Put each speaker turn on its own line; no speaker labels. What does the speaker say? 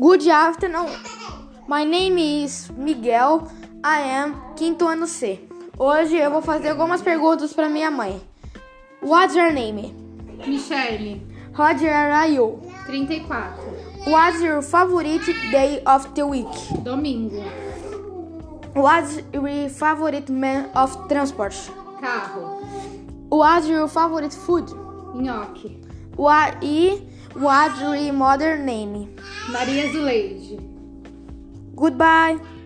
Good afternoon. My name is Miguel. I am quinto ano C. Hoje eu vou fazer algumas perguntas para minha mãe. What's your name?
Michele,
Roger are you?
34.
What's your favorite day of the week?
Domingo,
What's your favorite man of transport?
carro,
What's your favorite food?
nhoque,
What is what's your mother name?
Maria Zuleide.
Goodbye.